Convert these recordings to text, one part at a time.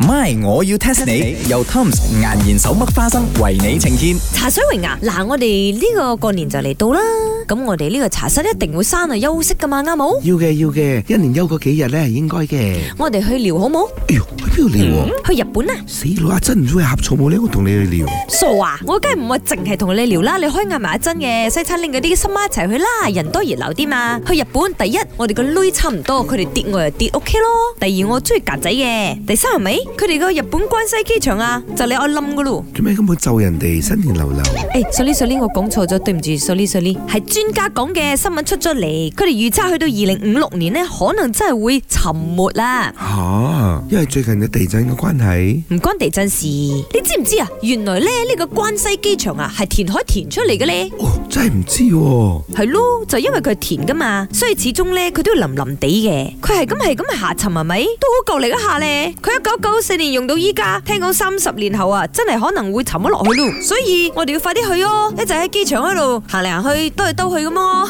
My，我要 test 你。由 Tom's 岩鹽手剝花生為你呈現。茶水榮啊，嗱，我哋呢個過年就嚟到啦，咁我哋呢個茶室一定會閂啊休息噶嘛，啱冇？要嘅要嘅，一年休嗰幾日咧係應該嘅。我哋去聊好冇？哎呦，去邊度聊喎？去日本啊？死佬阿珍唔中意呷醋冇咧，我同你去聊。傻啊！我梗係唔係淨係同你聊啦，你可以嗌埋阿珍嘅西餐拎嗰啲新媽一齊去啦，人多熱鬧啲嘛。去日本第一，我哋個女差唔多，佢哋跌我又跌，OK 咯。第二，我中意格仔嘅。第三係咪？佢哋個日本關西機場啊，就你我冧噶咯。做咩咁會咒人哋新年流流？誒，sorry sorry，我講錯咗，對唔住，sorry sorry，係專家講嘅新聞出咗嚟，佢哋預測去到二零五六年呢，可能真係會沉沒啦。吓、啊因為最近嘅地震嘅關係，唔關地震事，你知唔知啊？原來咧呢、呢個關西機場啊，係填海填出嚟嘅咧，哦，真係唔知喎、係咯，就因為佢係填噶嘛，所以始終咧佢都要淋淋地嘅。佢係咁係咁下沉係咪？都好夠力一下咧。佢一九九四年用到依家，聽講三十年後啊，真係可能會沉咗落去咯。所以我哋要快啲去哦，一陣喺機場嗰度行嚟行去，兜嚟兜去咁咯。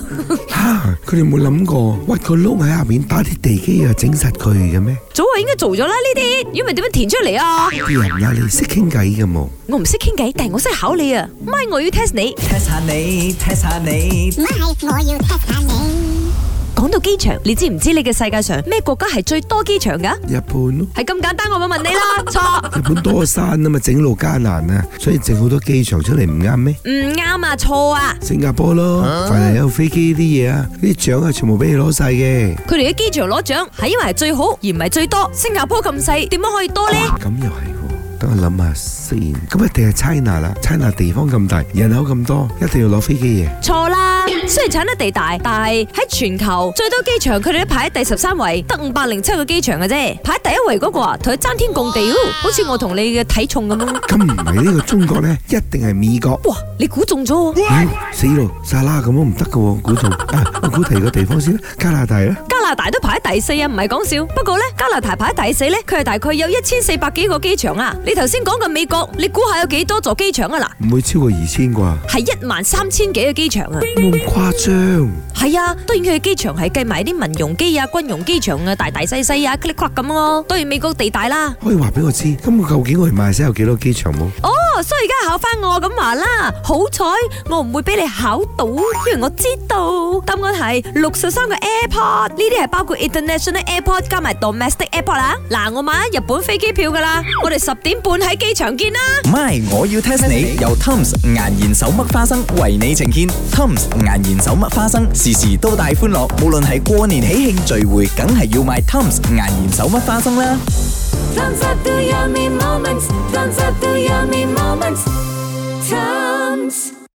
吓、佢哋冇諗過屈個窿喺下面打啲地基啊，整實佢嘅咩？早就應該做咗啦呢啲，如果唔係點樣填出嚟啊？啲人啊，你識傾偈嘅冇？我唔識傾偈，但係我識考你啊。咪我要 test 你。 test 下你，test 下你 My，我要 test 下你。講到機場，你知唔知你嘅世界上咩國家係最多機場㗎？日本咯，係咁簡單，我冇問你啦，錯。日本多山啊嘛，整路艱難啊，所以整好多機場出嚟唔啱咩？唔啱啊，錯啊！新加坡咯，凡係有飛機啲嘢啊，啲獎啊全部俾你攞晒嘅。佢哋嘅機場攞獎係因為係最好，而唔係最多。新加坡咁細，點樣可以多呢？咁又係喎，等我諗下先。咁一定係 China 啦，China 地方咁大，人口咁多，一定要攞飛機嘅。錯啦，雖然產得地大，但係喺全球最多機場，佢哋都排喺第十三位，得五百零七個機場嘅啫。排喺第一位嗰個啊，同佢爭天共地，好似我同你嘅體重咁咯。咁唔係呢個中國呢，一定係美國。哇，你估中咗喎！咦死咯，沙拉咁都唔得嘅喎，估到啊！我估第二個地方先啦，加拿大啦。加拿大都排喺第四啊，唔係講笑。不過呢，加拿大排喺第四呢，佢係大概有一千四百幾個機場啊。你頭先講嘅美國，你估下有幾多座機場啊？嗱，唔會超過二千啩，係一萬三千幾個機場啊。冇咁誇張。係啊，當然佢嘅機場係計埋啲民用機啊、軍用機場啊、大大細細啊、click click 咁咯。當然美國地大啦。可以話俾我知，咁究竟我哋馬來西亞有幾多機場冇？哦，所以而家考翻我咁話啦。好彩我唔會俾你考到，因為我知道答案係六十三個 airport，呢啲係包括 international airport 加埋 domestic airport 啦。嗱，我買咗日本飛機票噶啦，我哋十點半喺機場見啦。 ，My，我要 test 你。由 Tom's 岩鹽手剝花生為你呈現。Tom's 岩鹽手剝花生，時時都帶歡樂。無論係過年喜慶聚會，梗係要買 Tom's 岩鹽手剝花生啦。 Thumbs up the yummy moments. Thumbs up the yummy moments. Thumbs.